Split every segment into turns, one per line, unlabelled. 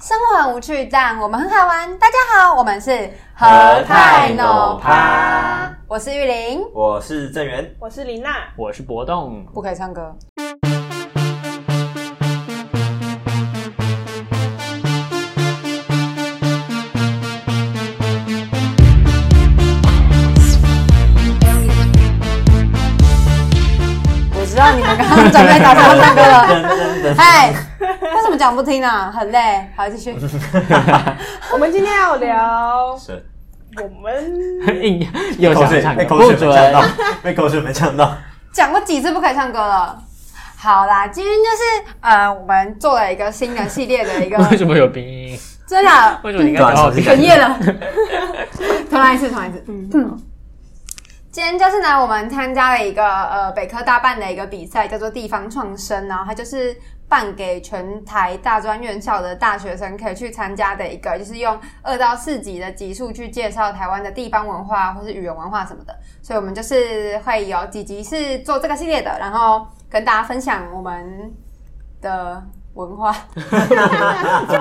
生活很无趣，但我们很好玩。大家好，我们是
和泰努
趴，我是玉玲，
我是郑源，
我是林娜，
我是博 栋，
不可以唱歌。我知道你们刚刚准备打算要唱歌 了。哎，为什么讲不听啊？很累，好继续。
我们今天要聊
是
我们
硬哎又
口
想
水
唱
哎
被
歌
口
不
水没呛到
准，，
被口水没呛到，
讲过几次不可以唱歌了？好啦，今天就是呃，我们做了一个新的系列的一个，
为什么有鼻音？
真的啊
为什么你刚
对啊
刚
是不是
哽咽了。 重来一次，重来一次。嗯。今天就是呢，我们参加了一个呃北科大办的一个比赛，叫做地方创生，然后它就是办给全台大专院校的大学生可以去参加的一个，就是用二到四级的级数去介绍台湾的地方文化或是语言文化什么的。所以我们就是会有几集是做这个系列的，然后跟大家分享我们的文 化。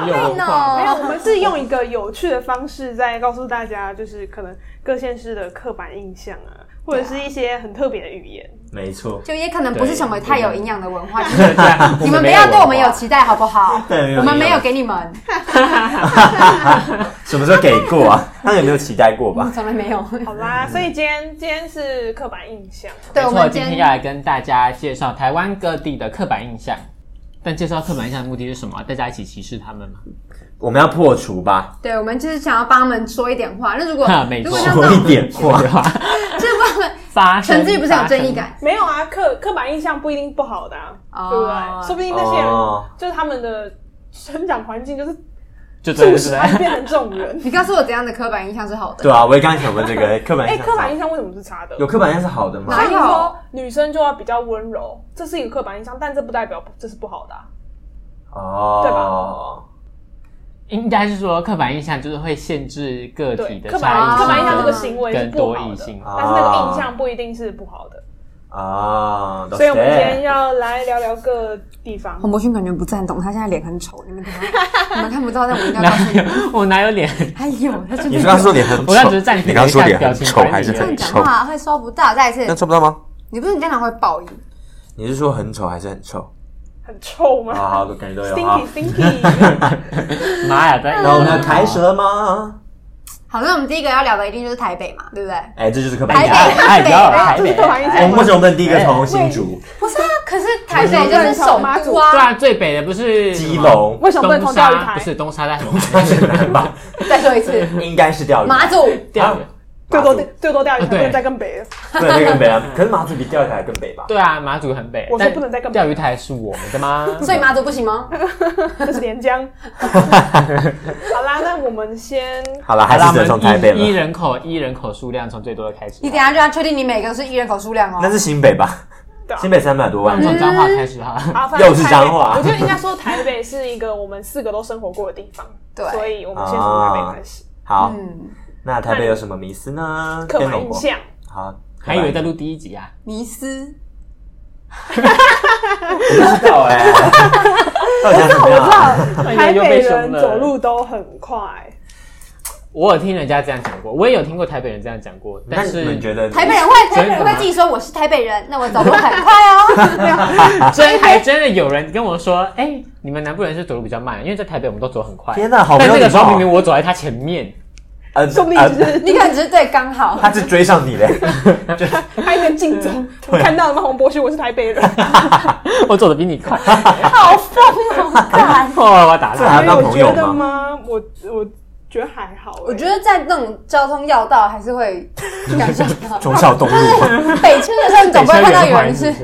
有文化
没有，我们是用一个有趣的方式在告诉大家，就是可能各县市的刻板印象啊，或者是一些很特别的语言。
没错，
就也可能不是什么太有营养的文化，就是
对啊
你们不
没
要对我
文
们有
化
期待好不好？
对没有
我们没
营
有
养
给你们，
什么时候给过啊？他有没有期待过吧？
从来没 有。
好
嗯
啦，所以今天今天是刻板印象，
对，我
没错，
们
今
今
天要
天
来跟大家介绍台湾各地的刻板印象。但介绍刻板印象的目的是什么？大家一起歧视他们吗？
我们要破除吧，
对，我们就是想要帮他们说一点话。那如果
哈没
如
错啊
果像这种，
说一点 话，
就是帮他们，
发生
陈志宇不是有正义？ 感？
没有啊，刻刻板印象不一定不好的、啊，
哦
对不对？说不定那些人、
哦
就是他们的生长环境就是
发生就对
促
了，
使
是
他们
的。
变成这种人。
你告诉我怎样的刻板印象是好的？
对啊，我也刚想问这 个刻板
哎、
印象，
刻板印象为什么是差的？
有刻板印象是好的吗
哪？
所以你
有
说女生就要比较温柔，这是一个刻板印象，但这不代表这是不好的啊、对
哦，
应该是说刻板印象就是会限制个体
对，
的
刻
差
板
异
刻板印象
性
这个行为是
跟
不
多
好
异
的，
性。
啊
但是那个印象不一定是不好的。
啊，
所以我们今天要来聊聊各地方。
洪博勋感觉不赞同，他现在脸很丑，你们等一 下你们看不到，但我一定要告诉
哪
你。
有我哪有脸？
哎呦，他真
你
的
是刚说脸很丑，
我刚只是暂停
你刚说脸
表
很
情
丑
管理
还是
这样
很
讲
丑？
话会收不到。再一次，
那抽不到吗？
你不是你这样讲会爆音。
你是说很丑还是很臭？
很臭吗
好好，感觉啊都有。好
？Stinky，stinky，
妈呀！
那我们要开始了吗？
好，那我们第一个要聊的一定就是台北嘛，对不对？
哎，这就是刻板
台
印
北，
象。哎
哎
台
不要
北，
台
这是
北
刻板印
我
象
们为
吗
什？么不能第一个从新竹、
不是啊，可是台北就是首都啊。
对
对啊，最北的不是
哎
基隆？
为什么不能
东
同钓鱼
沙？不
台？
是啊东沙在很
那是南吧？
再说一次，
应该是钓鱼。
马祖
钓
啊。
鱼
最多最多钓鱼台，
啊对
不能再更北了。
不能再更北啊了，可是马祖比钓鱼台更北吧？
对啊，马祖很北，
我说
但
不能再更北
钓鱼台是我们的吗？
所以马祖不行吗？
这是连 江。好啦，那我们先
好了，还
好啦
是只能从
我们
台北
一一
了。
人口一人口数量从最多的开始
你，等一下就要确定你每个是一人口数量哦。
那是新北吧？
对啊
新北三百多
我
万
们，从彰化开始哈。
好，反正
又是
台北
彰化
我觉得应该说台北是一个我们四个都生活过的地方，
对
所以我们先从台北开始。
好，
嗯，
那台北有什么迷思呢？
刻
天
板
龙
印
国
象，
好，
还以为在录第一集啊，
迷思。
不知道哎，到底想怎么
我知
样？
道
哎
台北人走路都很快，
我有听人家这样讲过，我也有听过台北人这样讲过，
那
但
你们
是
觉得
台北人会，台
真
北
的吗
人会自己说我是台北人，那我走路很快哦。
真还真的有人跟我说，哎，你们南部人是走路比较慢，因为在台北我们都走很快。
天哪好没
但
有
那个
礼
时候
貌
明明我走在他前面，
呃
说不定只
呃
是
你可能只是对刚好。
他是追上你嘞？
他 一个竞走，我看到了吗？洪博旭，我是台 北人，
我走的比你快。
好疯哦！干
哦，我打
这还
他。
要当
我
朋友
觉得
吗？
吗？我我觉得还好欸，
我觉得在那种交通要道还是会感受到。
从小动物吗
北区的时候，你总不会看到有人
北
是
车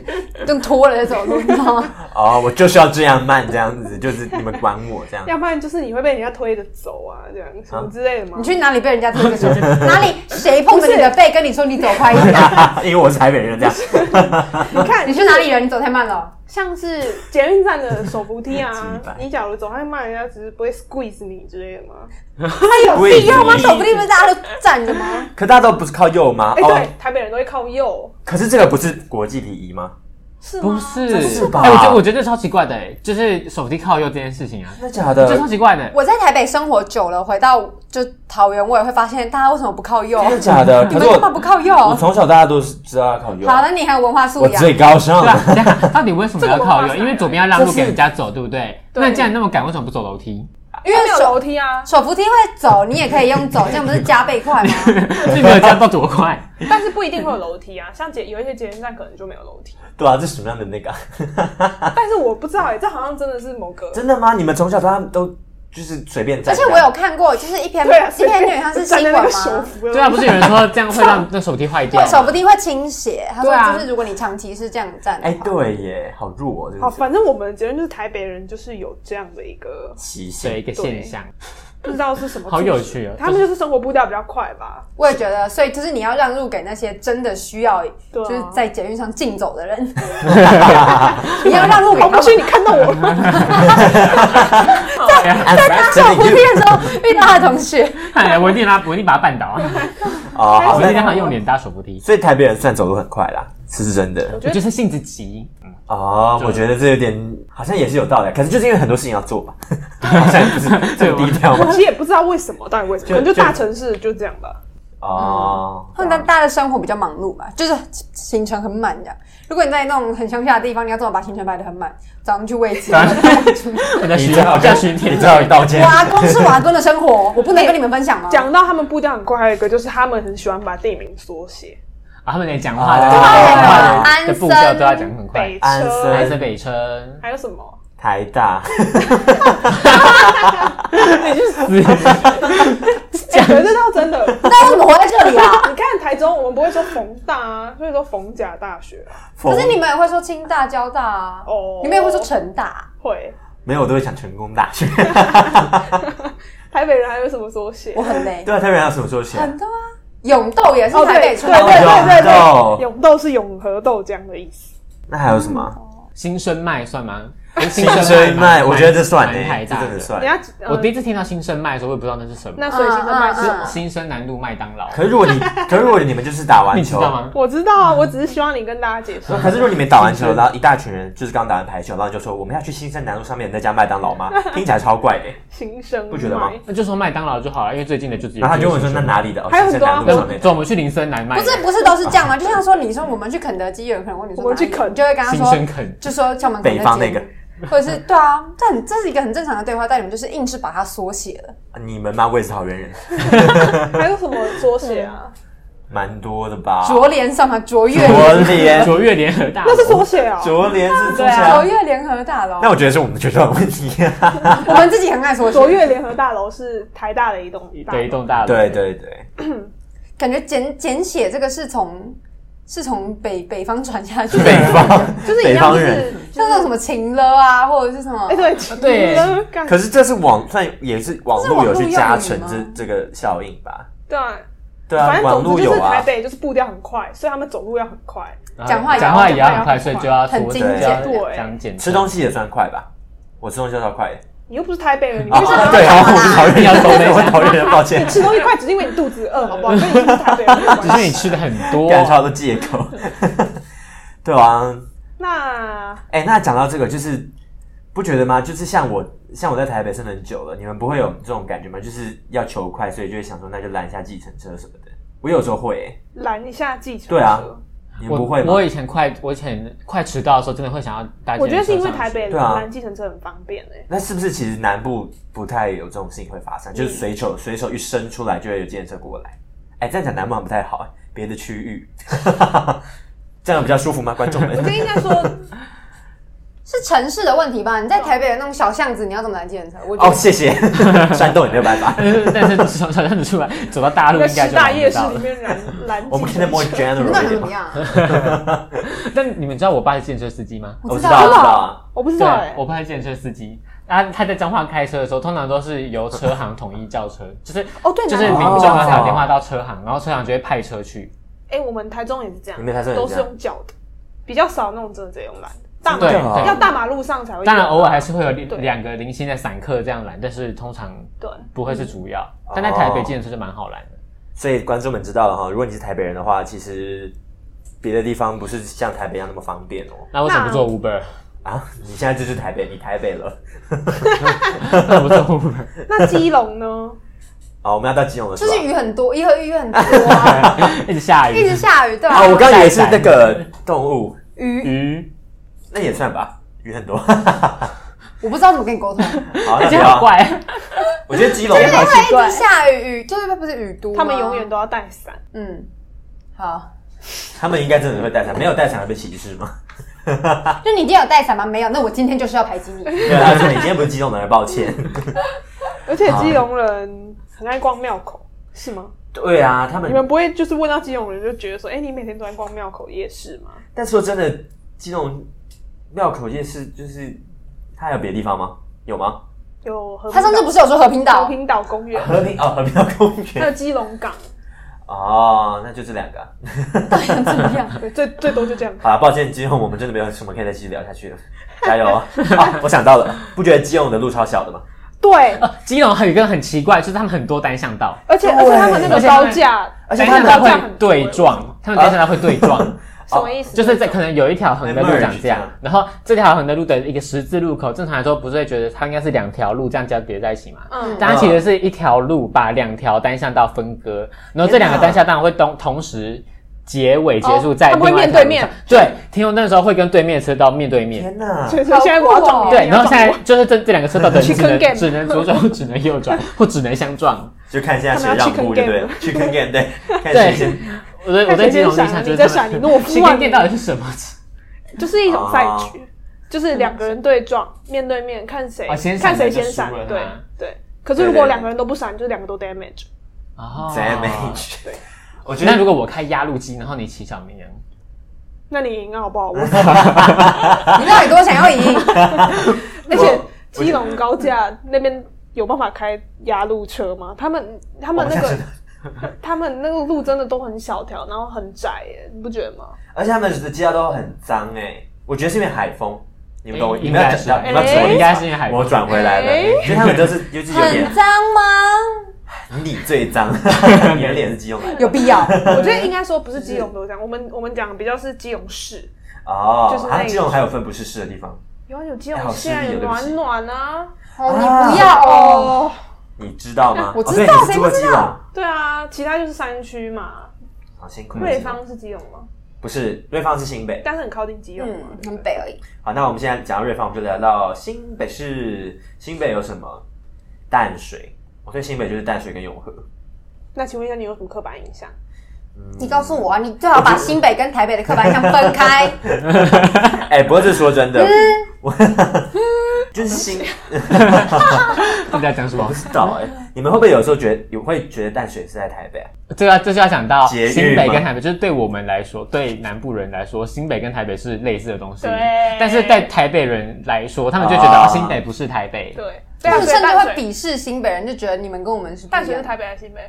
用拖了的走路，你知道 吗？
哦，我就是要这样慢，这样子就是你们管我这样。
要不然就是你会被人家推着走啊，这样什么之类的吗
你？去哪里被人家推着 走？哪里谁碰着你的背跟你说你走快一点？
因为我是台北人，这样
你看
你去哪里人？你走太慢了。
像是捷运站的手扶梯
几
啊
百，
你假如走太慢，人家只是不会 squeeze 你之类的吗？
他有必要吗？
不会
走不定不是大家都站着吗？
可大家都不是靠右吗？
哎、
哦，
对，台北人都会靠右，
可是这个不是国际礼仪吗？
是吗？
不是，
真是吧
哎我觉得我觉得这超奇怪的、哎，就是手机靠右这件事情啊，
真的假
这超
的？
奇怪的。
我在台北生活久了，回到就桃园，我也会发现大家为什么不靠右？
真的假的？
你
可
们
是
干嘛不
我
靠右？
我
好，
从小大家都是知道要靠右，啊
那你很有文化素
我
养。
最高尚
对啊
了。，
等一下到底为什么要
这个
靠
我无法
右？
想
因为左边要让
就
路
是
给人家走，对不对？
对
那既然那么赶，为什么不走楼梯？
因
因
为
为没有
手
楼 梯啊，
手扶梯会走，你也可以用走，这样不是加倍快吗？
是没有加到多快？
但是不一定会有楼梯啊，像捷有一些捷运站可能就没有楼梯。
对啊，这是什么样的那个啊？
但是我不知道哎、这好像真的是某个
真的吗？你们从小到大都就是随便站
而
这
且
样？
我有看过，就是一篇
对啊，
一篇女像是新
站在
闻
那个手
吗？
扶的
对啊，不是有人说这样会让那手机坏掉
会
吗？
手扶梯会倾斜，他
对啊
说就是如果你长期是这样站的
哎，
话，
对耶，好弱哦，真
好，
的是
反正我们结论就是台北人就是有这样的一个
奇
的一
性。
个现象，
不知道是什么，
好有趣哦
他们就是生活步调比较快吧？
我也觉得，所以就是你要让路给那些真的需要，
对啊
就是在捷运上竞走的 人， 你要让路给
好
他
哦不
们。
是你看到我吗？
在 搭手扶梯的时候遇到他的同学，
哎，我一定拉，我一定把他绊倒啊！
哦，好，
我一定让
那
他用脸搭手扶梯，
所以台北人算走路很快啦，是是真的
觉得
就是性子急，
哦。我觉得这有点好像也是有道理，可是就是因为很多事情要做 吧，好像也不是这么低调
我
嘛。
其实也不知道为什么，到底为什么，
就
可能就
就
大城市就这样吧。
哦，
他们在大家的生活比较忙碌吧，就是行程很满这样。如果你在那种很乡下的地方，你要怎么把行程排得很满？早上去喂鸡，
早上我在
你
虚，
最好
我在
跟
虚
你
天
最好道歉。
啊
瓦工是瓦工的生活，我不能跟你们分享吗？
讲到他们步调很快，还有一个就是他们很喜欢把地名缩写，
啊，他们连讲话的
对
讲话的
安
步调
生
都要讲很快
北。
安森
还
车
是北车，
还有什么？
台大，
哎，可是到真的，
那为什么活在这里 啊？
你看台中，我们不会说逢大啊，所以说逢甲大学啊
可是你们也会说清大、交大啊，
哦
你们也会说成大，
会。
没有，我都会想成功大学。
台北人还有什么缩写？
我很 累，
对啊，台北人要什么时候写？
很多啊。永豆也是
哦，
台
对对
北
对
出
对
来的，
对
永豆
对，永豆是永和豆浆的意思。
那还有什么？
新生麦算吗？新
新生麦，
蛮
我觉得这算
蛮
哎，
台
这
大
真的
的。
算
你。要呃
我第一次听到新生麦的时候，我也不知道那是什么。
那水星的麦
嗯嗯
是
嗯
新生南路麦当劳，
可是如果你，可是如果你们就是打完
你知
球，
道吗？
我知道啊，我只是希望你跟大家解释。
可是如果你们打完球，然后一大群人就是刚打完排球，然后就说我们要去新生南路上面那家麦当劳 吗？听起来超怪的欸。
新生
不觉得吗
麦
那就说麦当劳就好了，因为最近的就只有。
然后他就问我说那哪里的？哦，
还有
新生
很多啊
南路上面。
走，我们去林森南麦，
不是不是都是这样啊吗？就像说，你说我们去肯德基，有可能问你说
我们去
哪里
肯
你就会跟他
新
说
生，肯，
就说叫我们
啊
肯德基
北方
嗯
那个，
或者是对啊，这很这是一个很正常的对话，但你们就是硬是把它缩写了。
你们吗？我也是桃园人，
还有什么缩写
嗯
啊？
蛮多的吧？
卓联上吗？啊卓越
卓啊联，
卓越联合大楼，
那是缩写啊。
卓联是
对啊
卓越联合大楼
那，我觉得是我们学校的问题啊。
我们自己很爱缩
卓
写，
越联合大楼是台大的一栋大
对一
楼，
栋大楼，
对对对，
感觉简简写这个是从是从北北方传下去的，
北方，
就是一
北
样
方
就
人
是。
像那种什么情了啊，或者是什么
哎，，对
对
嗯干
可是这是网算也是网络有去加成
这是网络用语吗
这这个效应吧？
对啊，
对啊
反，正
网
总
络
之就
有
是台
啊。
北就是步调很快，所以他们走路要很快。
然后
讲话也要
讲话也要
讲话
很快，
要
所以
很
就要
很
缩
精
就
简
要
对
讲简单，
吃东西也算快吧？我吃东西要快一点。
你又不是台北人，你
啊
为什么要
对
干
啊，
嘛
我是桃园人，
要收费
我是桃园 人，抱歉
你，吃东西快，只是因为你肚子饿，好不好？跟你不是台北人没有
只
关
是
系。
你吃的很多，
干超多借口。 对啊，
那
哎、那讲到这个，就是不觉得吗？就是像我，像我在台北生很久了，你们不会有这种感觉吗？就是要求快，所以就会想说，那就拦一下计程车什么的。我有时候会、欸，
拦一下计程车
对啊你们
我
不会吗
我？以前快，我以前快迟到的时候，真的会想要搭。
我觉得是因为台北
对啊
拦计程车很方便哎。
那是不是其实南部不太有这种事情会发生？就是随手随手一伸出来就会有建车过来。哎、这样讲南部好像不太好、欸，别的区域 这样比较舒服吗？观众们
我觉，得应该说，
是城市的问题吧？你在台北的那种小巷子，你要怎么来计程车？我觉
哦，
得
谢谢， 山东也没有办法。
但是，但是小小巷子出来走到大陆
在
应该
十
就
大
拦
夜
不
市
到
里
了。
面 拦拦
我们
计
可以
程
more
车，
你
general
们
一
那
点
怎么
吧。
样？
但你们知道我爸是建车司机吗？
我
我
知
知
道，
道
我知道啊。
我不知道哎。
我爸是建车司机。啊，他在彰化开车的时候，通常都是由车行统一叫车， 就是
哦，
啊
对，
就是
南
民
部
众
这样
会打电话到车行，然后车行就会派车去。
哎，我们台中也是这样，
你们台中也是
都
这
是
样
用叫的，比较少那种真的直接用拦。大
对
马
哦
要
对，
大马路上才会有啊，
当然偶尔还是会有两
对
两个零星的散客这样拦，但是通常
对。
不会是主要。
嗯
但在台北建车就蛮好拦的。
所以观众们知道了哈，如果你是台北人的话，其实别的地方不是像台北一样那么方便哦。
那为什么不做 Uber？
啊，你现在就是台北，你台北了。
那不做 Uber？
那基隆呢？
哦，我们要到基隆的时
就
候
是雨很多，一和雨很多啊，
一直下雨，
一直下雨，对吧、
啊，我刚刚也是那个动物，
雨，
雨，
那也算吧，鱼很多。 好，
我不知道怎么跟你沟通，
而
那不
且好
要。
怪，
我觉得基隆
这个
因
好
为
奇怪
一直下雨，雨就是不是雨都吗，
他们永远都要带伞。
嗯，好，
他们应该真的会带伞，没有带伞会被歧视吗？
就你今天有带伞吗？没有，那我今天就是要排挤 你。
没有，啊他说你今天不是基隆人，抱歉。
而且基隆人很爱逛庙口，是吗？
对啊，他
你
们。
们不会就是问到基隆人就觉得说，哎、你每天都在逛庙口夜市吗？
但说真的，基隆庙口夜市就是，它还有别的地方吗？有吗？
有和平岛
他上次不是有说和平岛
和？平岛公园，
啊和平哦，和平岛公
还有
园
基隆港，
哦，那就这两个。
到底想怎么 样？
对，最最多就这样。
好了，抱歉，基隆我们真的没有什么可以再继续聊下去了，加油 哦！哦我想到了，不觉得基隆的路超小的吗？
对，
基隆还有一个很奇怪，就是他们很多单向道，
而且而且他们那个高架，
而且
单
他
向
们啊
道
高架
会
很多
对，撞，他们单向道会对撞，
什么意思？
就是在可能有一条横的路长这样
Merge，
然后这条横的路的一个十字路口，正常来说不是会觉得它应该是两条路这样交叠在一起嘛？
嗯，
但它其实是一条路把两条单向道分割，然后这两个单向道会
嗯
同同时结尾结束在
哦它不会
另外一条
面对
路上
面
对，停红灯的时候会跟对面的车道面对面。
天哪！
所以说现在我要撞你，
对，
你
然
要
后现
撞
在
我
就是这这两个车道的 人只
Chicken game
能只能左转，只能右转，或只能相撞。
就看现在谁
他们要
让步
chicken
就对了
game
，chicken game 对，看谁先。
我对我
看谁
对这
先
种立
闪啊
场
你
就是
在
他
闪，
们
你懦 夫
新
啊
店！到底是什么？
就是一
哦
种赛局，就是两个人对撞，面对面看谁
啊先闪
看谁
的就
先闪
输了，
对
嘛
对。可是如
对对
果
对
两个人都不闪，就是两个都 damage。
哦
damage，
对
我觉
那如
得
果我开压路机，然后你骑小绵羊，
那你赢了啊好不 好？我
你到底多想要赢？
而且基隆高架那边有办法开压路车吗？他们他
我
们哦那
哦
好像
个
真的
他们那个路真的都很小条，然后很窄耶，你不觉得吗？
而且他们的街道都很脏哎，我觉得是因为海风。你们懂我，
应
你们要
哎应该是
讲，你们要指我立
哎
场
应该是因为海风
我转回来
哎
了，因为他们都是，尤其有点
很脏吗？
你最脏，你的脸是基隆来的
有必要？
我觉得应该说不是基隆都这样，我们我们讲比较是基隆市，
哦
就是。那
啊，
一
基隆还有分不是市的地方，
有啊有基
哎
隆
好
市
势
啊，
利哦
有
对不起
暖暖啊，
哦，你不要哦。
哦，
你知道吗？
我
哦
知
对
道
你是住过
谁不
基
知
隆，
道
对啊，其他就是山区嘛。
好辛苦了。
瑞
基隆
芳是基隆吗？
不是瑞芳是新北。
但是很靠近基隆嘛。
嗯，很北而已。
好，那我们现在讲到瑞芳，我们就聊到新北市。新北有什么？淡水，我对新北就是淡水跟永和。
那请问一下，你有什么刻板印象？
你告诉我啊，你最好把新北跟台北的刻板印象分 开。
哎、不过这说真的，我 就是新
到底在讲什么
不？知道哎、你们会不会有时候觉得有会觉得淡水是在台北啊？
这个这就要 讲到
节育
新北
吗
跟台北，就是对我们来说，对南部人来说，新北跟台北是类似的东西
对。
但是对台北人来说，他们就觉得
啊
哦，新北不是台北。
对，啊
他们甚至会
淡水
鄙视新北人，就觉得你们跟我们是不一
淡
样
水是台北还是新北？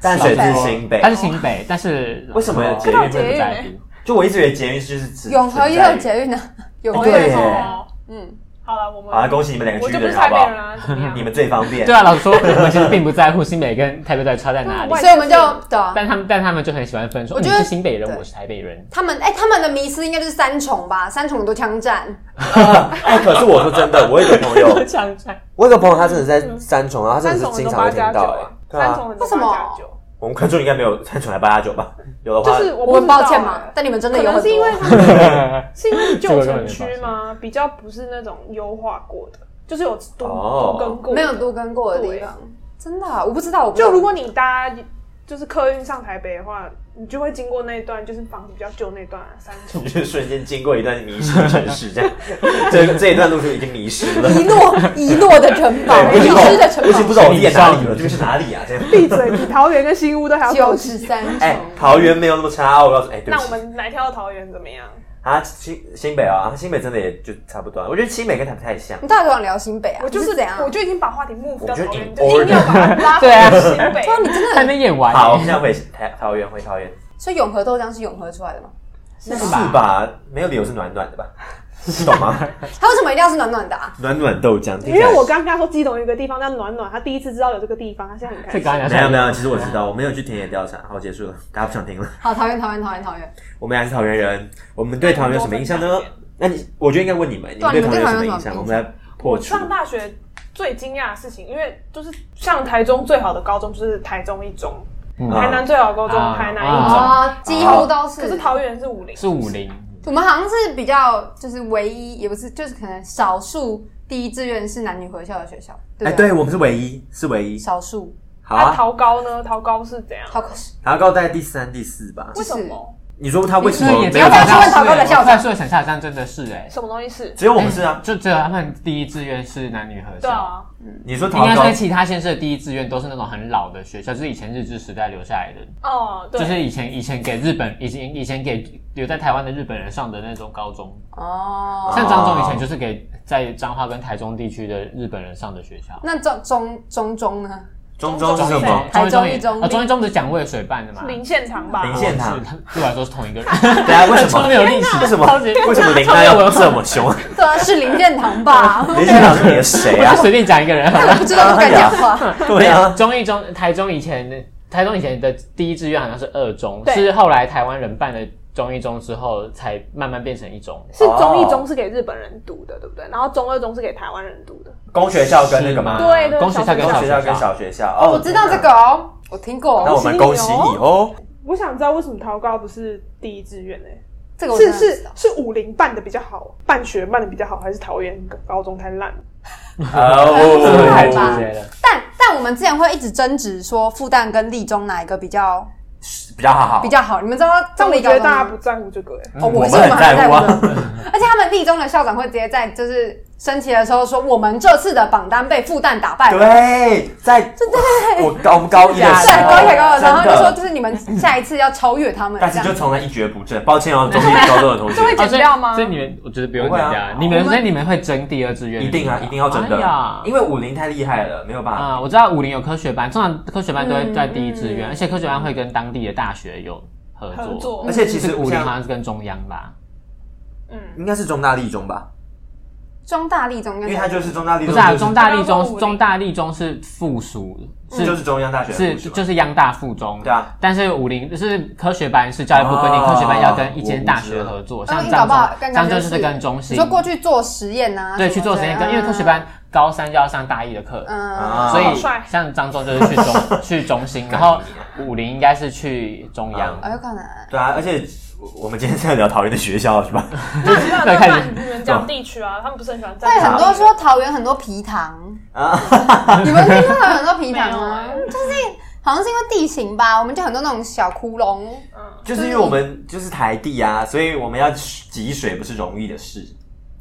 淡水是新北啊
它，是新北，但是
为什么捷
运会欸
运
不
不
在
在
意
意？
就我一直以为捷运就是指
永和也有。捷运啊，永和
对
也
耶
有。
哦，
嗯，
好了，我们
好了，恭喜你们两个
我
区
就
域
不是
人好
台
不
北人
好？
啊，怎么样？
你们最方便。
对啊，老实说，我们其实并不在乎新北跟台北到底差 在哪里
哦对。
所以我们就对啊。
但他们但他们就很喜欢分说，
我
我
觉
觉
得
得是新北人，
对
我是台北人。
他们哎、他们的迷思应该就是三重吧，三重很多枪战，
哎、可是我说真的，我有一个朋 友，
想 想
我有一个朋友，他真的在三重，然啊后他
三
真的
重
是经
很多
常
八
会听
加九
到、
啊，
哎、对
三
啊，
重很多
为什么
八加九，
我们观众应该没有三重来八加九吧？有的话，
就是我
我
不
很
知道
抱歉嘛
哎。
但你们真的
可
有
能
很
是因为
多，
他们 是因为旧城区吗？比较不是那种优化过的，就是有都
哦
都跟过，
没有。都跟过的地方，真的啊、我不知道。我不知道
就如果你搭就是客运上台北的话，你就会经过那一段，就是房子比较旧那段啊，三重。
就是瞬间经过一段迷失的城市，这样，这这一段路就已经迷失了。
一 诺一诺的城堡，
对，我已
遗
经不
失
知
的
道，
城
我已经
堡
不知道我自己在哪里了，这个是哪里啊？这样。
闭嘴，比桃园跟新屋都还要
就
高
是
级。
三重。
哎、桃园没有那么差，我告诉哎、对
那
不
我
起
们来跳到桃园怎么样？
啊，新新北啊，新北真的也就差不多、啊。我觉得新北跟台北太像，
嗯
你到底多想聊新北啊？
我就
你
是
怎样？
我就已经把话题 move 到桃园，
我觉得
就硬要把它拉回
对啊
新北。
哇，你真的
还
很，
没演完。
好，我们现在回台桃园，回桃园，
所以永和豆浆是永和出来的吗？
是吧？没有理由是暖暖的吧？懂吗？
它为什么一定要是暖暖的、啊？
暖暖豆浆，
因为我刚刚说基隆有一个地方叫暖暖，他第一次知道有这个地方，他现在很开
这
心。
刚刚
没有没有，其实我知 道，我没有去田野调查。好，结束了，大家不想听了。
好，桃园，桃园，桃园，桃园。
我们还是桃园人，我们对桃园有什么印象呢？那你，我觉得应该问你们，你们对
对啊你们
桃园
对
有
桃
什
园
么
有
印
什么
象？
印
我们来破啊
我
除。
上大学最惊讶的事情，因为就是像台中最好的高中就是台中一中，
嗯
台南最好的高中
啊
台南
啊
一中，
哦，几乎都是。
可是桃园是五零，
是五零，
哦
我们好像是比较就是唯一，也不是就是可能少数第一志愿是男女合校的学校，对
哎，
不对？
对我们是唯一，是唯一。
少数。
好
那
啊，
桃高呢？桃高是怎样？
好可惜，
然后高在第三、第四吧。
为什
是
么？
你说他为什么
也
没
只
有
哦有
不要
想
去
象
问
是
桃高的校长
我快速的想象，好像真的是哎，
什么东西是？
只有我们是啊？
就只有他们第一志愿是男女合
对
校。
啊，
你说
应
桃
该
高
说，其他县市的第一志愿都是那种很老的学校，就是以前日治时代留下来的，
哦，对，
就是以前以前给日本，以前以前给留在台湾的日本人上的那种高中，
哦。
像彰中以前就是给在彰化跟台中地区的日本人上的学校。
那中中中中呢？
中中是什
中
么
中？台中
一
一中
啊，中一中不是蒋渭水办的吗？
林献堂吧？
林献堂
是他对我来说是同一个人。
等下啊为什
超
么
没？有历史，
为什
超级
么？为什么林
超
娜
没有
要
文化
这么凶？
对啊，是林建堂吧？
林县长是你的谁
我
啊
就？随便讲一个人好了。
不知道不敢讲话。
对啊，
中一中台中以前的台中以前的第一志愿好像是二中，
对
是后来台湾人办的中一中之后才慢慢变成一中。
是
哦
中一中是给日本人读的，对不对？然后中二中是给台湾人读的。
公学校跟那个吗？
是
对对
公学校跟
公
小
学校跟
校。
小学校。哦，
我知道这个。哦，我听
那
过。
我们恭喜你哦！
我想知道为什么桃高不是第一志愿呢、
这个我真
是
的不知
是
道
是武林办的比较好，办学办的比较好，还是桃园高中太烂？
哦是太
太直
直
哦，
接
接了，
但但我们之前会一直争执说复旦跟立中哪一个比较
比较好，
比较好，你们知道
但
中
我
立
觉
高
得
中
大家
吗
不？在乎 这个、欸，
哦，我
我
是
们
我们
很
很
在啊
在
乎
乎
啊
的， 而且他们立中的校长会直接在就是升旗的时候说，我们这次的榜单被复旦打败了。
对，在我高我们高一的时
哎对，
候，
高一才高二，然后
啊真
就
的
说就是你们下一次要超越他们，
但
这
是
样
就从来一蹶不振。抱歉哦，中立高中的 同学，
会剪掉吗
哦所以？你们我觉得不用
不
增
会啊
加，你们所以你们会争第二志愿？
一定啊，一定要真
哎
的
呀，
因为武林太厉害了，没有办法。
啊、我知道武林有科学班，通常科学班都会在第一志愿，
嗯
而且科学班会跟当地的大学有合作。
合作
而。且其
其
实
实武林好
像
像是跟中央吧，
嗯，
应该是中大立中吧，
中大立中
因
跟
为它就是中大立
不
中，
是啊？中大立
中央跟武林
中，中大立中是附属，
就是是中央大学的
是
附属嘛，
就是央大附中。
对啊。
但是武林就是科学班是教育部规定，
哦
科学班要跟一
我
间
我
大
知
学
道
合作，
嗯
像
你
漳
搞不好
州，
跟
漳州
漳州
就是
市
跟中
你
心
说，过去做实验啊，
对，
什么
去做实验
之
跟，
类
因为科学班，高三就要上大一的课，
嗯
啊
所以
好帅
像漳州就是去 中去中心，然后武林应该是去中央
啊。
嗯，有可能
对啊，而且我我们今天是在聊桃园的学校是 吧？
那你知道
对开始
那你们讲地区啊，他们不是很喜欢在
会很多 说桃园很多皮糖，
啊，
你们听说有很多皮糖吗
没？
就是好像是因为地形吧，我们就很多那种小窟窿，
就是因为我们就是台地啊，所以我们要集水不是容易的事。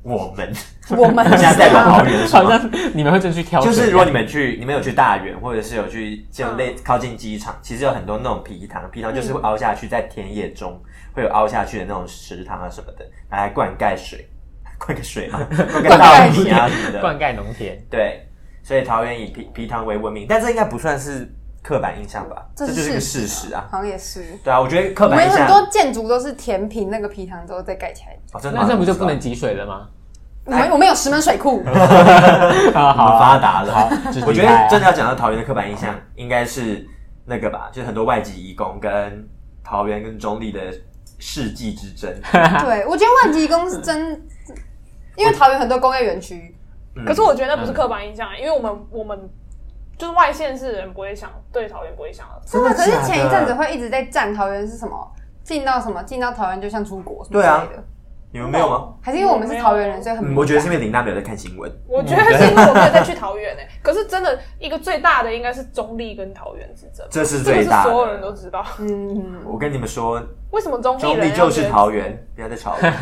我们
我们
现在代表桃园是
好
吗？
像你们会真去挑水
就
的，
是如果你们去，你们有去大园，或者是有去就类靠近机场，其实有很多那种皮塘，皮塘就是会凹下去，在田野中会有凹下去的那种池塘啊什么的，拿来灌溉水，灌溉水 嘛，灌溉稻米啊什么的，
灌溉农田，
对，所以桃园以皮皮糖为闻名，但这应该不算是刻板印象吧？这就是一个事实啊。
好像也是。
对啊，我觉得刻
我
板
们
印
有很
象
多建筑都是填平那个皮糖之后再盖起来。
哦，真的吗
那这不就不能？集水了吗？
我
哎
们我们有石门水 库，
啊，
我们发达了。
好，
我觉得真的要讲到桃园的刻板印象，应该是那个吧，就是很多外籍移工跟桃园跟中立的世纪之争。
对我觉得万吉公是 真，因为桃园很多工业园区，
嗯
可是我觉得那不是刻板印象、欸因为我们我们就是外县市人不会想对桃园不会想啊到，
真的。可是
假的
前一阵子会一直在站桃园是什么？进到什么？进到桃园就像出国什么
对
之
啊
类的，
你们没有吗？
还是因为我们是桃园人，所以很
嗯
敏感
我觉得是因为林娜没有在看新闻，
我觉得是因为我没有再去桃园呢、欸 可是真的一个最大的应该是中立跟桃园之争，
这是
这个
最
是
大
所有人
的。
都知道。
嗯，
我跟你们说，
为什么中立
中
人
立
要
就是
觉
桃园，不要再吵了。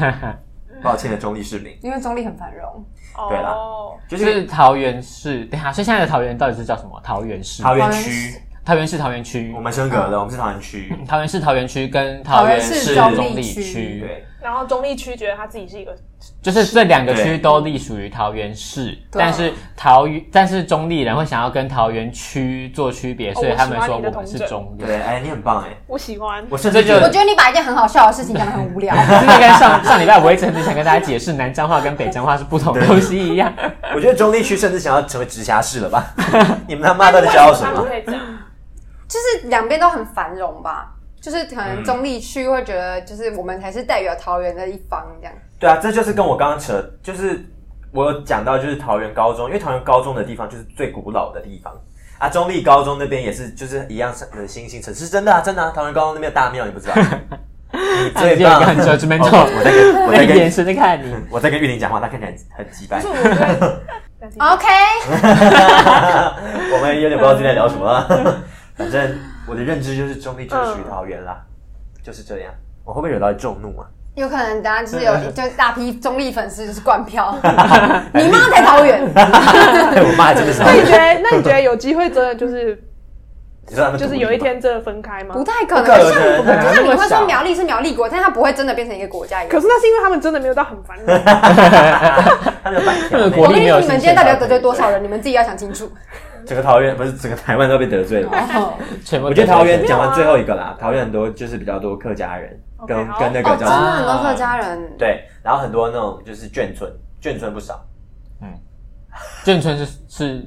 抱歉的中立市民，
因为中立很繁荣，
得
对啦
哦，
就
就是是桃园市，等一下，所以现在的桃园到底是叫什么？桃园市
桃园
桃园
区
市
桃园市桃园区
我，们升格了，我们是桃园区。
桃园市桃园区跟
桃
桃
园
园
市
市
中
中
立
立
区
区，
对，
然后中立区觉得他自己是一个
就是这两个
对
区都隶属于桃园市，
对
但是桃园但是中立人会想要跟桃园区做区别，
哦
所以他们说我们是中立。
对，哎，你很棒哎，
我喜欢，
我甚至觉
我
得
觉得你把一件很好笑的事情讲得很无聊。
真的跟上上礼拜我一直很想跟大家解释南彰化跟北彰化是不同的东西一样，
我觉得中立区甚至想要成为直辖市了吧？你们他妈到底想要什
他们
么？
会这样？
就是两边都很繁荣吧，就是可能中立区会觉得，就是我们才是代表桃园的一方这样。
对啊，这就是跟我刚刚扯，就是我有讲到就是桃园高中，因为桃园高中的地方就是最古老的地方啊。中立高中那边也是，就是一样的新兴城市，真的啊，真的啊。桃园高中那边有大庙，你不知道？ 你最
啊有一
棒
个！很久这边做，
哦我在 跟我
那
在
眼
跟
神在看 你。
我在跟玉玲讲话，她看起来很鸡掰
可是。我觉得 嗯
OK，
我们有点不知道今天聊什么 了。反正我的认知就是中立就是属于桃园啦，就是这样。我会不会惹到众怒 啊？
有可能大家就是有就是大批中立粉丝就是灌票，你妈才桃园，
哎我妈还真的是
那你觉得，那你觉得有机会真的就是
你说他们
就是有一天真的分开吗
不？太可
不可
能。像
能不可能
就像你
那
会
么
说
小
苗栗是苗栗国，但它不会真的变成一个国家一
可
样。
是那是因为他们真的没有到很烦恼，
他那个板
他
条
们
那
国
我跟
个，
力
你
没
说，
有
你们
新
今天到底要得
鲜感
罪多少人？你们自己要想清楚。
整个桃园不是整个台湾都被得罪了。
哦，
全部
我觉得桃园讲
没有
完
啊
最后一个啦，桃园很多就是比较多客家人
OK，
跟
好哦
跟那个
真
叫
的
什么
很多客家人，
对，然后很多那种就是眷村，眷村不少。
眷村是是，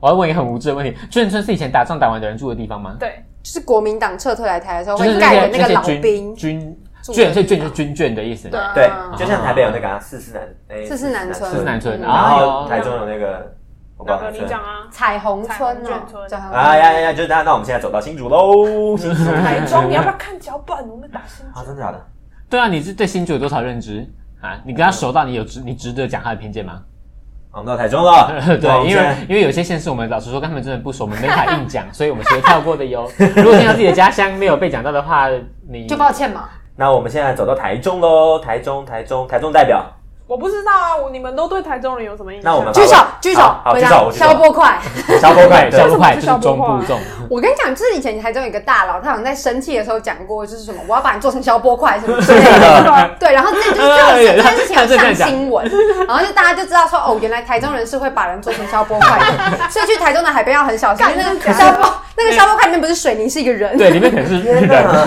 我要问一个很无知的问题：眷村是以前打仗打完的人住的地方吗？
对，
就是国民党撤退来台的时候
就是
会
那
盖
些
的那个
些
老
军
兵，
军
住的
眷，所以眷
地
就
方
是军眷的意思。
嗯
对
对
啊，
就像台北有那个啊四四南，哎
四四南村嗯
四四南村
然后
啊
台中有那个我不知
那
道
个
哪
你
村。
讲啊，
彩虹村
彩
哦
虹村，
彩虹村
啊呀呀呀！就是那那我们现在走到新竹喽，新竹
嗯台 中你要不要看脚本？我们打新
啊，
竹
真的假的？
对啊，你是对新竹有多少认知啊？你跟他熟到你有值你值得讲他的偏见吗？，
啊我们到台中了我
对，
们
因
现
为
在
因为有些县市我们老实说跟他们真的不熟，我们没法硬讲，所以我们是会跳过的哟。如果听到自己的家乡没有被讲到的话，你
就抱歉嘛。
那我们现在走到台中喽，台中台中台中代 表，
我不知道啊，我你们都对台中人有什么印象？
那我们
举手
好，
举手
好，好
回
举手
答
我举手
消波 快。
小狗
快，
改
消
的。
不快
为什么不
就是
消
中
波
部
快
众。
我跟你讲，就是以前台中有一个大佬，他好像在生气的时候讲过，就是什么我要把你做成消波块什么之类
啊
的。对，然后这就是这件事这件事情有上新闻，然后就大家就知道说，哦，原来台中人是会把人做成消波块 的，所以去台中的海边要很小心，因为那个消波那个消波块里面不是水泥，是一个人。
对，里面可能是
天
人，
哪！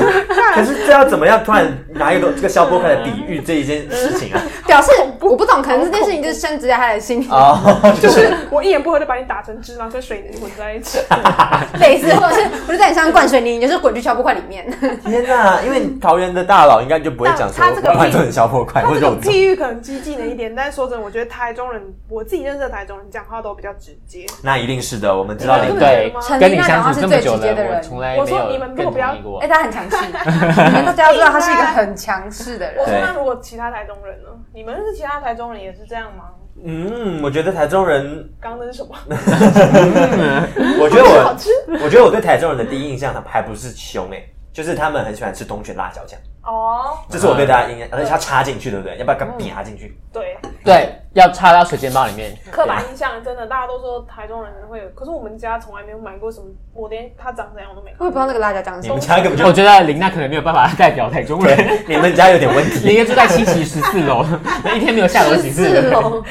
可是这要怎么样突然拿一个这个消波块来比喻这一件事情啊？
表示我不懂，可能这件事情就是深植在他的心里，
哦，就
就是是我一言不合就把你打成芝麻跟水泥混在一起。
类似，或者是我就在你身上灌水泥，你就是滚去消波块里 面。
天哪！因为桃园的大佬应该就不会讲说
但他这个
我把你做成消波块
他
或
这
者
个
我做
譬喻可能激进了一点，但是说真的，我觉得台中人，我自己认识的台中人讲话都比较直接。
那一定是的，我们知道
你
你
们
对
对，跟你相处这么久了，我从来
我
没
说你
有
们如
更
果不要
同意过
哎、。他很强 势，你们大家都知道他是一个很强势的人。
我说
对
那如果其他台中人呢？你们认识其他台中人也是这样吗？
嗯，我觉得台中人，
刚刚那是什么？
我觉得
好吃
我，我觉得我对台中人的第一印象，他们还不是凶哎、就是他们很喜欢吃东泉辣椒酱，
哦，
这是我对大家的印象，而且他插进去，对不对？要不要刚啪进去？
对，
对，要插到水煎包里面。
刻板印象真的，大家都说台中人会有，可是我们家从来没有买过什么，我连他长怎样我都没看
我也不知
过。
道那个辣椒酱是
你
什么
们，家根本就
我觉得林娜可能没有办法代表台中 人，
对，你们家有点问
你应
题。
该住在七期十四楼，那一天没有下楼几次。
14楼，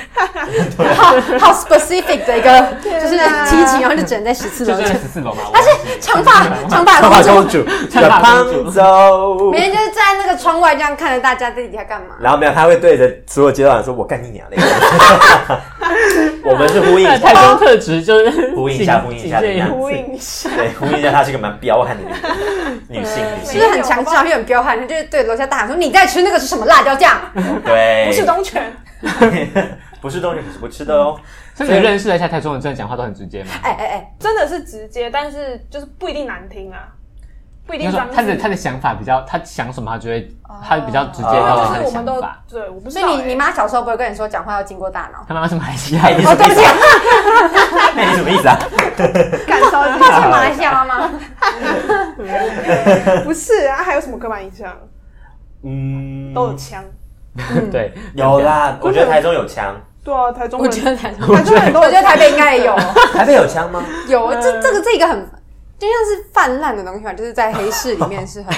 好好 specific 的一个，
啊
就是七级，然后就只能在十四
就
楼
是。在十四楼嘛。我忘记了
长发长发公主，
主，
长发公主
胖走。
每天就是站在那个窗外这样看着大家在底下干嘛。
然后没有，他会对着所有街道人说：“我干你娘嘞！” 我们是呼 应一
台
下，
中特质就是
呼应一下，呼应一下，
请这样
呼应一下，
对，呼应一下，她是个蛮彪悍的女女性，女
就
性
是很强势，然后又很彪悍，他就是对楼下大喊说：“你在吃那个是什么辣椒酱
对，
不是东泉，
不是东西，可是不吃的哦。
所以你认识了一下台中人，真的讲话都很直接吗？”？
哎哎哎，
真的是直接，但是就是不一定难听啊，不一定
他说
脏字。
他的他的想法比较，他想什么他就会，
哦
他比较直接
因为
告
就
诉
是
他的
我们
想
都
法。
对，我不知
所
道欸、
以你你妈小时候不会跟你说讲话要经过大脑？
他妈妈是马来西
哎
亚人，
哦对不起，那你什么意思啊？
干烧鸡
她是马来西亚妈妈，
不是啊，还有什么刻板印象？
嗯，
都有枪。
对，
有啦，我觉得台中有枪，
对啊，台中
我
人，
觉得台中，
台中人都
我
有
觉得台北应该也有。
台北有枪吗？
有，这这个这个很，就像是泛滥的东西嘛，就是在黑市里面是很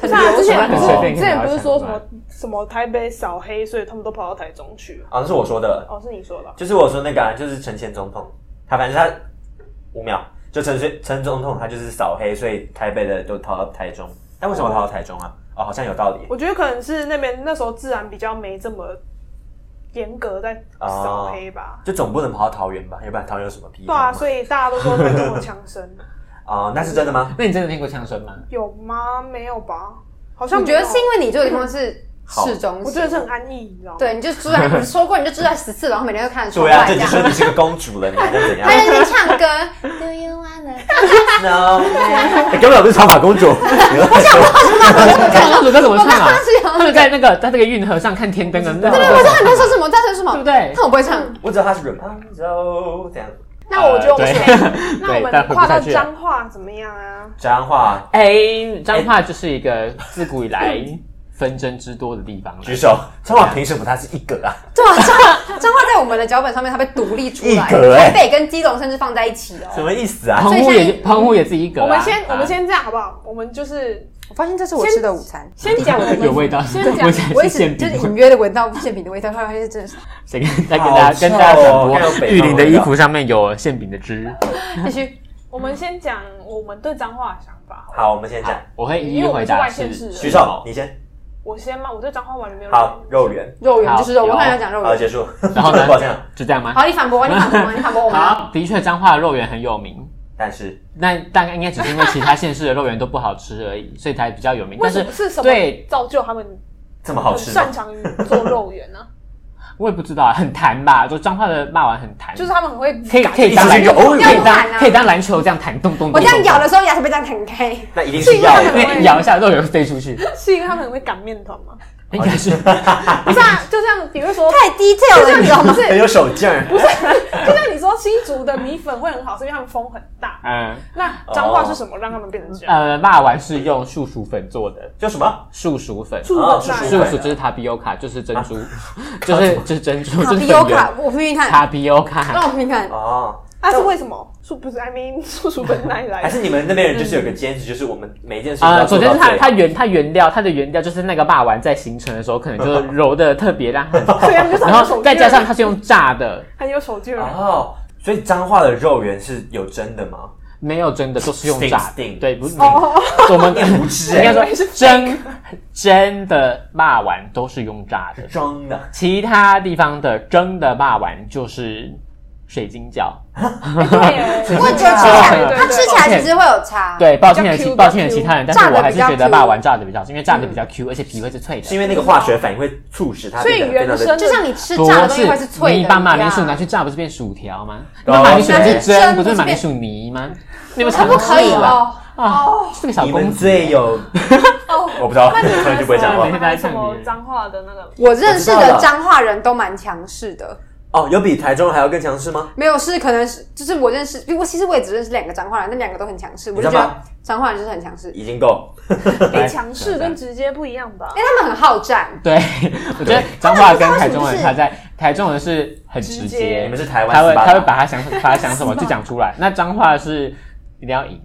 很
那
流
之前
传
不
的。
是
哦
之前不是说什么什么台北扫黑，所以他们都跑到台中去啊？
好像是我说的，
哦，是你说的啊，
就是我说那个、啊，就是陈前总统，他反正他五秒，就陈水陈总统他就是扫黑，所以台北的都逃到台中。但为什么逃到台中啊？哦，好像有道理。
我觉得可能是那边那时候治安比较没这么严格在扫黑吧。
哦
就总不能跑到桃园吧，要不然桃园有什么屁
对啊，
用？
所以大家都说台中有枪声，
啊、那是真的吗？
那你真的听过枪声吗？
有吗？没有吧？好像
我
没
觉
有
得是因为你住的地方是
好
市中
我觉得
心，
是很安逸，你知道吗？
对，你就住在你说过你就住在十四楼，然后每天都看得出
对啊，
来这
这你
样。
说你是个公主了，你还能怎样
他在那边唱歌，Do you wanna？
？No，欸根本不是长发公 主。
那首歌怎么唱
我
啊
刚刚是？有
他们在那个在那个运河上看天灯的那
对，我
种，
知道你在说什么，在说什么，
对不对
但我不会唱。
我知道她是软胖走这样。
那我觉得我们
呃
可
对
以，那我
对但
们
回不
跨到
下去了
彰化怎么样啊？
彰化
哎，彰化就是一个自古以来纷争之多的地方了。啊
举手，彰化凭什么它是一个啊？
对啊，彰化彰化在我们的脚本上面，它被独立出来，
一格
台
欸
北跟基隆甚至放在一起
什
哦。
么意思啊？
澎湖
所以像
也澎湖也是一个啊。
我们先
啊
我们先这样好不好？我们就是
我发现这是我吃的午餐，
先讲我
有
们
味道，
先讲
我想
我一
是
直
馅
就
饼
是。隐约的闻到馅饼的味道，后来发现真的是
谁跟再跟大家跟大家
好臭哦看
传
到
播，
北方
玉林的衣服上面有馅饼的汁。
必须
我们先讲我们对彰化的想法好了。
好，我们先讲。
我会一
因
一
为我们是
回答
外
是
县市人
举手，你先。
我先吗？我对彰化完全没有
好，
认
肉圆。
肉圆
好
就是肉，我
有
看他讲肉
好，
圆。
结束。
然后呢
抱歉啊，
就这样吗？
好，你反驳我，你反驳我，你反驳我们啊。
好，的确，彰化的肉圆很有名。
但是
那大概应该只是因为其他县市的肉圆都不好吃而已，所以才比较有名。
为
但
什
是
么是什么
对，
造就他们
这么好
很
吃吗
擅？长于做肉圆 呢？
我也不知道，很弹吧？就彰化的骂完很弹，
就是他们很会
可以可以
一
当
直
篮
去揉
球，可以
要弹啊
当可以当篮球这样弹，咚咚咚。
我这样
咚
咬的时候，牙齿被这样弹开。
那一定是要的。
对，咬一下肉圆飞 出去，
是因为他们很会擀面团吗？
应该是。
不是啊，就像比如说，
太 detail 了，你知道吗？
很有手劲儿。
就像你说新竹的米粉会很好，是因为他们风很大。
嗯，
那彰化是什么让他们变成这样？
呃，骂完是用树薯粉做的，
叫什么？
树薯粉。
树
哦
粉
是
是
大
不是啊就是塔比欧卡，就是珍珠， 就是就是珍珠，
塔
就是
皮欧卡，我拼拼看，
塔比欧卡。
让我拼拼看。
哦，
啊是为什么？树不是 I mean 树薯粉哪里来
还
的？
是你们那边人就是有个坚持，就是我们每一件事情都
啊，
要做
首先
到
是它
最好
它。原它原料它的原料就是那个霸丸在形成的时候，可能 就是揉的特别烂，
所以他们就是
然
很有手
后
劲，
再加上它是用炸的，
很有手劲儿。
哦，所以彰化的肉圆是有真的吗？
没有真的都是用炸
Sting，sting
的，对，不是
哦，
我 们
你无知
应
哎
该，说真真的霸丸都是用炸的，
装的。
其他地方的蒸的霸丸就是水晶饺，
对，
我觉得吃起
啊
来，
哦对
它吃起来其实会有差。
对，抱歉了，
比较 Q，
其抱歉了
比较
其
Q
他人，但是我还是觉
炸得比较
得
Q 嗯
霸王炸的比较好，因为炸的比较 Q，而且皮会是脆
是
的。
因为那个化学反应会促使它
所以
变得非常
原生
的
就像你吃炸的东西会是脆的一样。
你把马铃薯拿去炸，不是变薯条吗？你
哦
把马铃薯拿去
对
蒸，不
不
是
是
马铃
变
薯泥吗？你们
它
尝
不可以
试了
哦。
啊！这个小
你
公
们
子，
最有，
哦
我不知道， 突然就不会讲话
那你。们
什么脏话的那个？
我认识
我知道
的
了
彰化人都蛮强势的，
哦，有比台中还要更强势吗？
没有是可能是就是我认识，我其实我也只认识两个彰化人，那两个都很强势，我
知
就
道
觉
吗
得彰化人就是很强势，因为
已经够。
哎，强势跟直接不一样吧？
哎他们很好战。
对，我觉得彰化跟台中人差在台中人是很直
直
接，
接
你们是台湾
他会
斯巴
他会
达，
把他想把他想什么就讲出来。那彰化是一定要赢，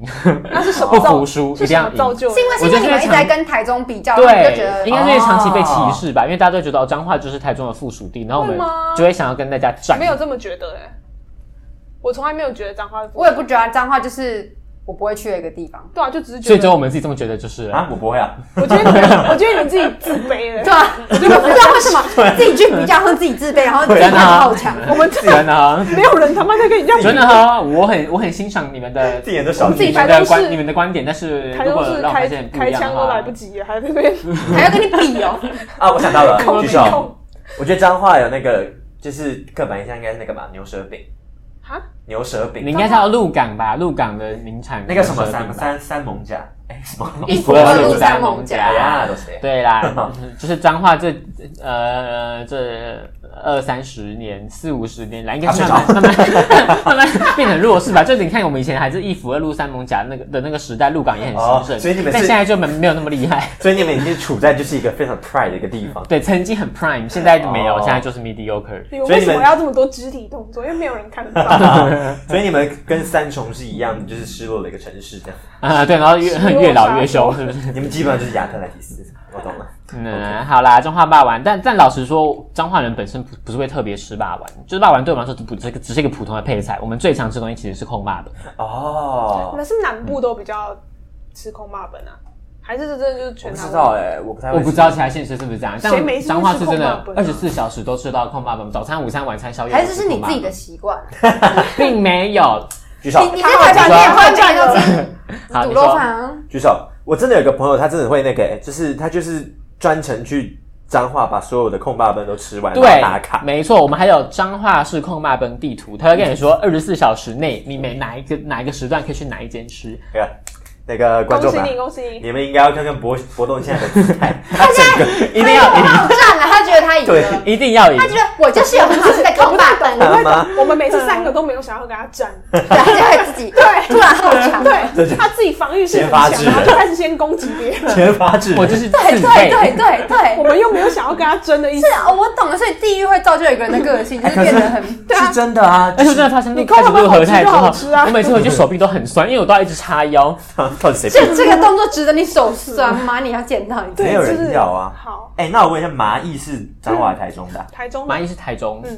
那是什么
不
造
服？输，一
是
定
什
要
么
赢。
造就的？
是因为是因为你们一直在跟台中比较，你就觉
对，应
得哦
该是长期被歧视吧，因为大家都觉得哦，彰化就是台中的附属地，然后我们
会吗
就会想要跟大家战。
没有这么觉得哎、我从来没有觉得脏话是不好
我也不觉得彰化就是我不会去的一个地方。
对啊，就只是觉
所以
得
只有我们自己这么觉得，就是了
啊，我不会 啊。
我觉得你我觉得你自己自卑了。
对啊，我就不知道为什么自己去比较，会自己自卑，然后自己
真的
很
啊
好强。
我们自己
真的啊，
没有人他妈在跟你这样
真的哈，我很我很欣赏你们的
自己人都少
自己
你
听。
们
台
的
中
观
市
你们的观点，但是
台
如
中
果
市
让我发
开
现不一
开
样的
枪都来
话
不，及了，还在那边
还要跟你比哦，
啊，我想到 了，举手。
控
我觉得彰化有那个就是刻板印象应该是那个吧，牛舌饼。
哈，
牛舌
你
饼
应，该知道鹿港吧？鹿港的名产
那个什么
牛舌
三
饼吧
三三艋甲，哎，什么？
一
不
佛
二
路
路
三
三
猛
猛
哎
甲
甲。
呀，都谁？
对啦，就是彰化这呃这二三十年、四五十年来，应该是慢慢慢慢慢慢变成弱势吧。就是你看，我们以前还是一府二路三艋甲那个的那个时代，鹿港也很兴盛，
哦所以你们是
但现在就没没有那么厉害。
所以你们已经处在就是一个非常 pride 的一个地 方。
对，曾经很 prime，现在没有，
哦
现在就是 mediocre。
你们
所以
为
你
什
们
么要这么多肢体动作？因为没有人看得到。
所以你们跟三重是一样的，就是失落的一个城市这样。
啊，对，然后越
失落
越老
沙
越
漠
凶，是 不是？
你们基本上就是亚特兰蒂斯，我懂了。
嗯，好啦，中华霸丸，但但老实说，彰化人本身不不是会特别吃霸丸，就是霸丸对我们来说不只是个只是一个普通的配菜，我们最常吃的东西其实是控霸的。
你
哦，
们是不是南部都比较吃空霸本啊？还是这真的就是
我
全
不
台
知
湾？
道哎，我不太会
我不知道其他县市是不是这样，
谁没
但
事
彰化是真的
吃控霸本啊
二十四小时都吃到控霸本，早餐、午餐、晚餐、宵夜。
还是是你自己的，习惯？啊
并没 有。
举手
你你在台北
他
面
好
换
像
转
有
要吃
好，
卤
你
肉
说
饭啊，
举手。我真的有个朋友，他真的会那个，欸就是他就是专程去彰化，把所有的空霸奔都吃完，然后
对
打，卡。
没错，我们还有彰化市控霸本地图，他会跟你说二十四小时内你每哪一个哪一个时段可以去哪一间吃。
那个那个观众
恭喜
们
你，，恭喜你！
你们应该要看看博博动现在的姿态，他整个一定要
他占了，他觉得他赢
对
了，
一定要赢
啊他。觉得我就是有很好吃的空霸本，
我
对
会懂 我们每次三个都没有想要跟他 战，
他就会自己
对
突然好强。
这就
对，他自己防御性
先发
很
制人
强，然后就开始先攻击 别人。
前发制人
我就是
对
自
对
备。
对对
我
对，
们又没有想要跟他争的意思
是。啊，我懂了。所以地域会造就一个人的个性，就是
哎可
变
是
得很
对啊
是真的啊，
而且我 真的发现
你
那
跟
开
我
始
们
录
好
合
吃
菜
就
之
好
后
吃啊，
我每次回去手臂都很酸，因为我都要一直叉腰。
到底谁
这这个动作值得你手酸吗？你要见到你。
没有人要啊
就是好，嗯
哎、那我问一下，麻艺是彰化还是台中的啊、
台中
蚂蚁是台中，
嗯，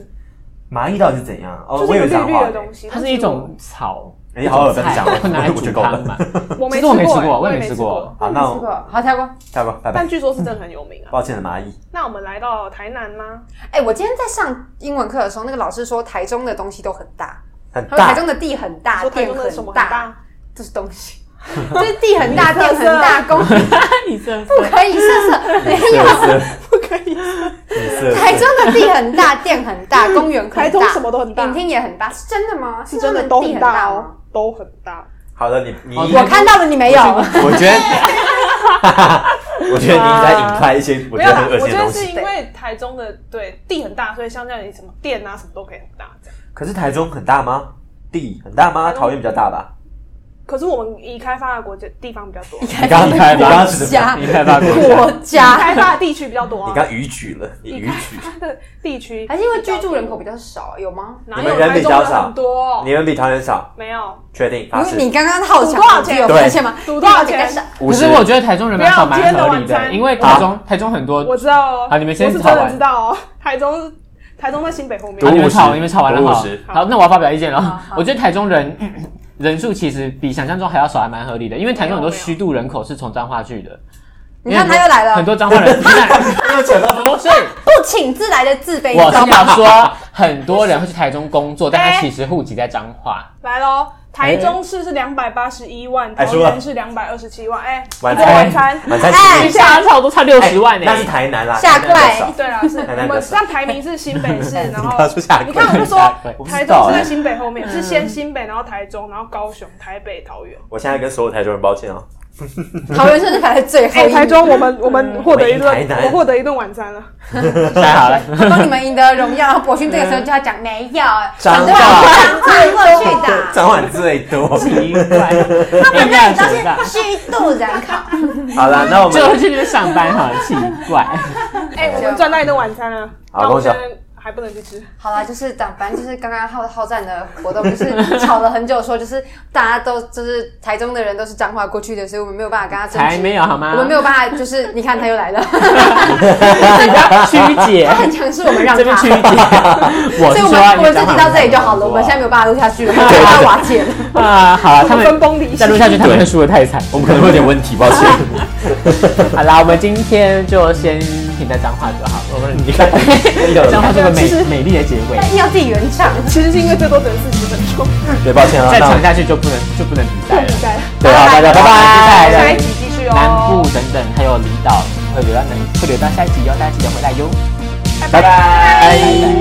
麻艺到底是怎样？哦，
就是
我
一
以
个
为
绿
彰
绿
化
的
的。
东西，
它是一种草，
哎、好有分
菜
享，我
会 拿来
我
煮
就够
汤
了。
嘛。
我
其
没
实我没吃
哎
过，
我
也
也
没吃过。。
好，那
没吃过
我，
好跳过。
下吧，拜
但
拜。
据说是真的很有名啊。
抱歉了，麻艺。
那我们来到台南吗？
哎、我今天在上英文课的时候，那个老师说台中的东西都很大，
很
他说台
大，
中的地很大，
说台
店
中的什么
很
啊很大？
就是东西， 就是地很大，店很大， 公
你这
不可以色色，没有。
不可以，
是
台中的地很大，店很大，公园很大，
嗯台中什么都很大
影厅也很大，是真的吗？是
是真的
他们
都
地
很
很
大
吗
哦，都很大。
好了，你你，
哦
我看到了，你没有。
我觉得， 我觉得你在引开一些我
没
觉
有
得
啦
很，恶心
我觉
的
得
东
是
西。
因为台中的对地很大，所以相较于什么店啊什么都可以很大这样。
可是台中很大吗？地很大吗？
台中
桃园比较大吧？
可是我们已开发的国家地方比 较多，已
你刚刚
开
你刚
吧
刚是
家
你害怕过？
国家，
开发的地区比较多
你
啊。
刚逾矩了，你逾 矩，
它的地区
还是因为居住人口比较少，有吗？
哪
你们
有
人
台
比
中
较
的
少
很多？
你们比桃园少，
没有，
确定？发
因
誓
为。你刚刚好
赌
强，
多少
你
钱
有
对
发现吗？
赌多少
比较
钱
少
五
可
十
是我觉得台中人蛮少蛮合理
不要今天的晚
的，
餐
因为台中台中很多
我知道哦。
好你们先
我是
吵
真
完
的知道哦。台中，台中在新北后面
读
啊，。你们
50
吵，你们吵完
读
了好
50，
好，那我要发表意见
好
了
好。
我觉得台中人 人数其实比想象中还要少，还蛮合理的，因为台中很多虚度人口是从彰化去的。
你看他又来了
很多彰化人，
又扯到
不是。
不请自来的自卑，
我
哎你知道
是
吗？哎
要说，很多人会去台中工作，但他其实户籍在彰化。
来喽，台中市是两百八十一万，
哎
桃
输了
园是两百二十七万。哎，
晚
一个
餐，
晚餐。
晚餐
哎
十
一
一
下差不多差六十万呢、
那是台南啦，
下
台南比较
跪
少
对啦，是
台南比
我
较
们
少
像排名是新 北市，然后
他说下跪
你看我就说
下跪
台中
啊
是在新北后
嗯
面，是先新北，然后台中，然后高雄、台北、桃园。
我现在跟所有台中人抱 歉哦。
桃园甚至排在最后
哎，嗯
一名，
台中我们我们获得一
我们赢
顿
台，南
我获得一顿晚餐了。
太好了。
他帮你们赢得荣耀，然后博勋这个时候就要讲没有，
彰
对
化
吧？脏话过去的，
彰化最多。
奇怪，
他们那里
扯淡
都是虚度人口。
好了，那我
就
们
会去那边上班，好奇 怪。
哎，我们赚到一顿晚餐了，
好
那我
恭喜啊
现在还不能去吃。
好啦，就是讲，反正就是刚刚好好战的活动，就是吵了很久，说就是大家都就是台中的人都是彰化过去的，所以我们没有办法跟他
才
争执。
没啊有好吗？
我们没有办法，就是你看他又来了，
曲解
他，很强势，我们让
这边
他，
曲
所
解。 我
以我
说
们
啊
我们这集到这里就好了，我们现在没有办法录下去了，我们要瓦解了。
啊，好啊，他
分
们
崩离析。
再录下去，他们会输的太惨。
我们可能会有点问题，抱歉。
好啦，我们今天就先停在彰化就好。我们
你看，真的
彰化这个
其实
美美丽的结尾，
一定要自己原唱。
其实是因为最多只能四十分钟，
对，抱歉啊。
再
那我
长下去就不能就不能比赛
太
了啊
比。赛了。
对，好，大家拜拜。
拜拜
下一集继续哦。
南部等等，还有离岛会留到能会留到下一集哦，大家记得回来哟，
拜拜。
拜拜